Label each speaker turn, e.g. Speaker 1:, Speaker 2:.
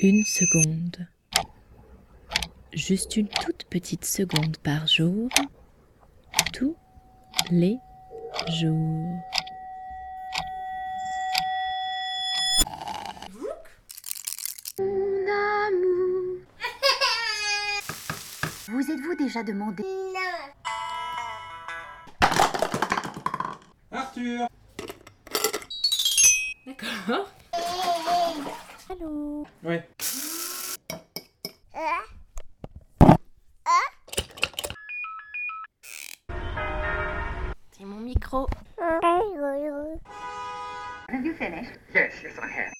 Speaker 1: Une seconde. Juste une toute petite seconde par jour. Tous les jours.
Speaker 2: Mon amour,
Speaker 3: Vous êtes-vous déjà demandé
Speaker 4: Arthur
Speaker 5: D'accord.
Speaker 4: Ouais.
Speaker 5: C'est mon micro.
Speaker 3: Have you finished?
Speaker 6: Yes, yes, I have.